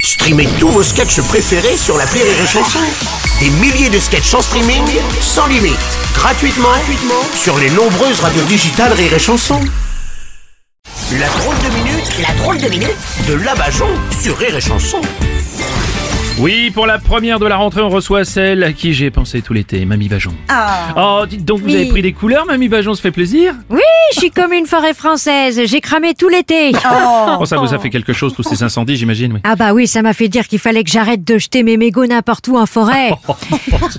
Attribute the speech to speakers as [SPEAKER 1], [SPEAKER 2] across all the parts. [SPEAKER 1] Streamez tous vos sketchs préférés sur la Rire et Chanson. Des milliers de sketchs en streaming, sans limite, gratuitement, gratuitement sur les nombreuses radios digitales Rire et Chanson. La drôle de minute, la drôle de minute de Labajon sur Rire et Chanson.
[SPEAKER 2] Oui, pour la première de la rentrée, on reçoit celle à qui j'ai pensé tout l'été, Mamie Bajon.
[SPEAKER 3] Ah.
[SPEAKER 2] Oh, dites donc, vous
[SPEAKER 3] Oui.
[SPEAKER 2] avez pris des couleurs, Mamie Bajon, se fait plaisir
[SPEAKER 4] Oui, je suis comme une forêt française, j'ai cramé tout l'été.
[SPEAKER 2] Oh, ça vous a fait quelque chose, tous ces incendies, j'imagine, oui.
[SPEAKER 4] Ah bah oui, ça m'a fait dire qu'il fallait que j'arrête de jeter mes mégots n'importe où en forêt.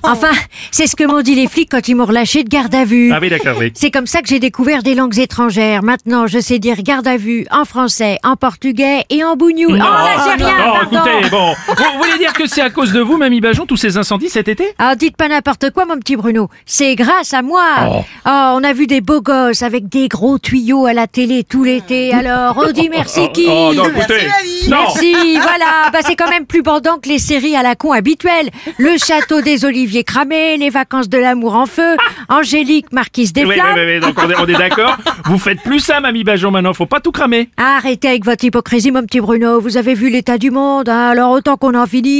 [SPEAKER 4] Enfin, c'est ce que m'ont dit les flics quand ils m'ont relâché de garde à vue.
[SPEAKER 2] Ah oui, d'accord, oui.
[SPEAKER 4] C'est comme ça que j'ai découvert des langues étrangères. Maintenant, je sais dire garde à vue en français, en portugais et en Oh, bougnou. En algérien,
[SPEAKER 2] non,
[SPEAKER 4] pardon.
[SPEAKER 2] Oh, écoutez, bon, vous voulez dire que c'est à cause de vous, Mamie Bajon, tous ces incendies cet été
[SPEAKER 4] Ah, dites pas n'importe quoi, mon petit Bruno. C'est grâce à moi.
[SPEAKER 2] Oh.
[SPEAKER 4] Ah, on a vu des beaux gosses avec des gros tuyaux à la télé tout l'été. Alors, on dit merci qui
[SPEAKER 2] Oh, non, écoutez, non,
[SPEAKER 4] Merci, voilà. Bah, c'est quand même plus bordant que les séries à la con habituelles. Le château des Oliviers cramé, les vacances de l'amour en feu, Angélique, marquise des
[SPEAKER 2] oui, oui,
[SPEAKER 4] flammes.
[SPEAKER 2] oui, oui, donc on est, on est d'accord, vous faites plus ça, Mamie Bajon, maintenant, faut pas tout cramer.
[SPEAKER 4] Ah, Arrêtez avec votre hypocrisie, mon petit Bruno. Vous avez vu l'état du monde, hein, alors autant qu'on en finisse.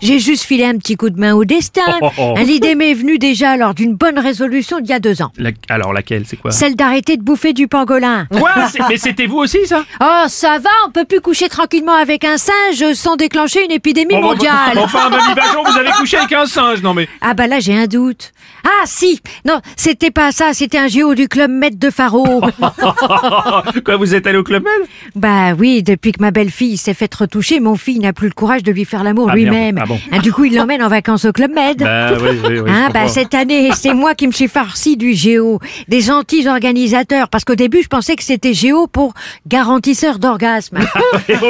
[SPEAKER 4] J'ai juste filé un petit coup de main au destin.
[SPEAKER 2] Oh, oh, oh.
[SPEAKER 4] L'idée m'est venue déjà lors d'une bonne résolution d'il y a deux ans.
[SPEAKER 2] La- alors, laquelle, c'est quoi
[SPEAKER 4] Celle d'arrêter de bouffer du pangolin.
[SPEAKER 2] Quoi C'est- Mais c'était vous aussi, ça
[SPEAKER 4] Oh, ça va, on peut plus coucher tranquillement avec un singe sans déclencher une épidémie
[SPEAKER 2] Oh, Bon, bon,
[SPEAKER 4] mondiale.
[SPEAKER 2] Enfin, Mamie Bajon, vous avez couché avec un singe, non mais...
[SPEAKER 4] Ah bah là j'ai un doute. Ah si, non, c'était pas ça, c'était un géo du club maître de Faro.
[SPEAKER 2] Quoi, vous êtes allé au Club Med
[SPEAKER 4] bah oui, depuis que ma belle-fille s'est faite retoucher, mon fils n'a plus le courage de lui faire l'amour
[SPEAKER 2] Ah, merde.
[SPEAKER 4] lui-même.
[SPEAKER 2] Ah bon.
[SPEAKER 4] Hein, du coup, il l'emmène en vacances au club Med.
[SPEAKER 2] Bah oui, oui, oui.
[SPEAKER 4] Hein, bah, cette année, c'est moi qui me suis farci du géo, des gentils organisateurs, parce qu'au début, je pensais que c'était géo pour garantisseur d'orgasme.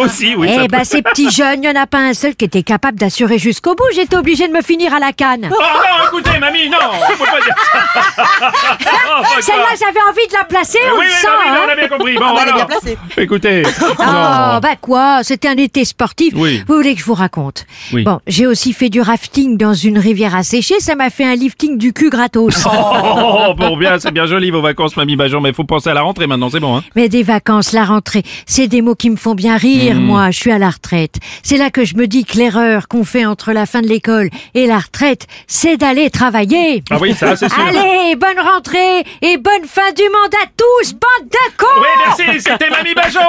[SPEAKER 2] aussi, oui. ça
[SPEAKER 4] Eh
[SPEAKER 2] peut-
[SPEAKER 4] bah, ces petits jeunes, il n'y en a pas un seul qui était capable d'assurer jusqu'au bout, j'étais obligée de me finir à la canne.
[SPEAKER 2] Oh non, écoutez, mamie, non, faut pas dire ça. Oh, pas
[SPEAKER 4] Celle-là,
[SPEAKER 2] grave.
[SPEAKER 4] j'avais envie de la placer, on
[SPEAKER 2] oui, oui,
[SPEAKER 4] le sent,
[SPEAKER 2] non, oui, non,
[SPEAKER 4] hein.
[SPEAKER 2] on a bien compris. Bon,
[SPEAKER 3] Ah bah, elle est
[SPEAKER 2] alors.
[SPEAKER 3] bien placée.
[SPEAKER 2] Écoutez.
[SPEAKER 4] Oh,
[SPEAKER 2] non.
[SPEAKER 4] bah quoi, c'était un été sportif.
[SPEAKER 2] Oui.
[SPEAKER 4] Vous voulez que je vous raconte
[SPEAKER 2] Oui.
[SPEAKER 4] Bon, j'ai aussi fait du rafting dans une rivière asséchée, ça m'a fait un lifting du cul gratos.
[SPEAKER 2] Oh, bon, bien, c'est bien joli vos vacances, mamie Bajon, mais faut penser à la rentrée maintenant, c'est bon, hein.
[SPEAKER 4] Mais des vacances, la rentrée, c'est des mots qui me font bien rire,
[SPEAKER 2] Mm.
[SPEAKER 4] moi, je suis à la retraite. C'est là que je me dis que l'erreur qu'on fait entre la fin de l'école et la retraite, c'est d'aller travailler.
[SPEAKER 2] Ah oui, ça, c'est sûr.
[SPEAKER 4] Allez, bonne rentrée et bonne fin du monde à tous, bande de cons
[SPEAKER 2] Oui, merci, c'était mamie Bajon.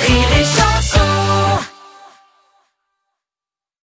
[SPEAKER 5] Rire et chanson